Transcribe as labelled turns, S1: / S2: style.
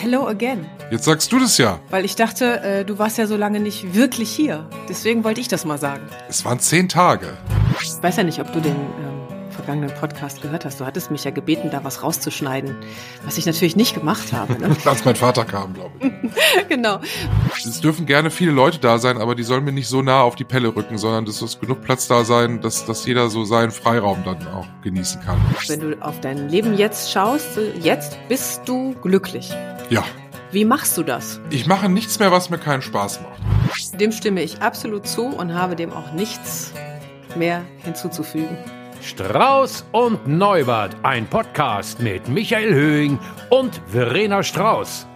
S1: Hello again.
S2: Jetzt sagst du das ja.
S1: Weil ich dachte, äh, du warst ja so lange nicht wirklich hier. Deswegen wollte ich das mal sagen.
S2: Es waren zehn Tage.
S1: Ich weiß ja nicht, ob du den ähm, vergangenen Podcast gehört hast. Du hattest mich ja gebeten, da was rauszuschneiden, was ich natürlich nicht gemacht habe. Ne?
S2: Als mein Vater kam, glaube ich.
S1: genau.
S2: Es dürfen gerne viele Leute da sein, aber die sollen mir nicht so nah auf die Pelle rücken, sondern es muss genug Platz da sein, dass, dass jeder so seinen Freiraum dann auch genießen kann.
S1: Wenn du auf dein Leben jetzt schaust, äh, jetzt bist du glücklich.
S2: Ja.
S1: Wie machst du das?
S2: Ich mache nichts mehr, was mir keinen Spaß macht.
S1: Dem stimme ich absolut zu und habe dem auch nichts mehr hinzuzufügen.
S3: Strauß und Neubert, ein Podcast mit Michael Höhing und Verena Strauß.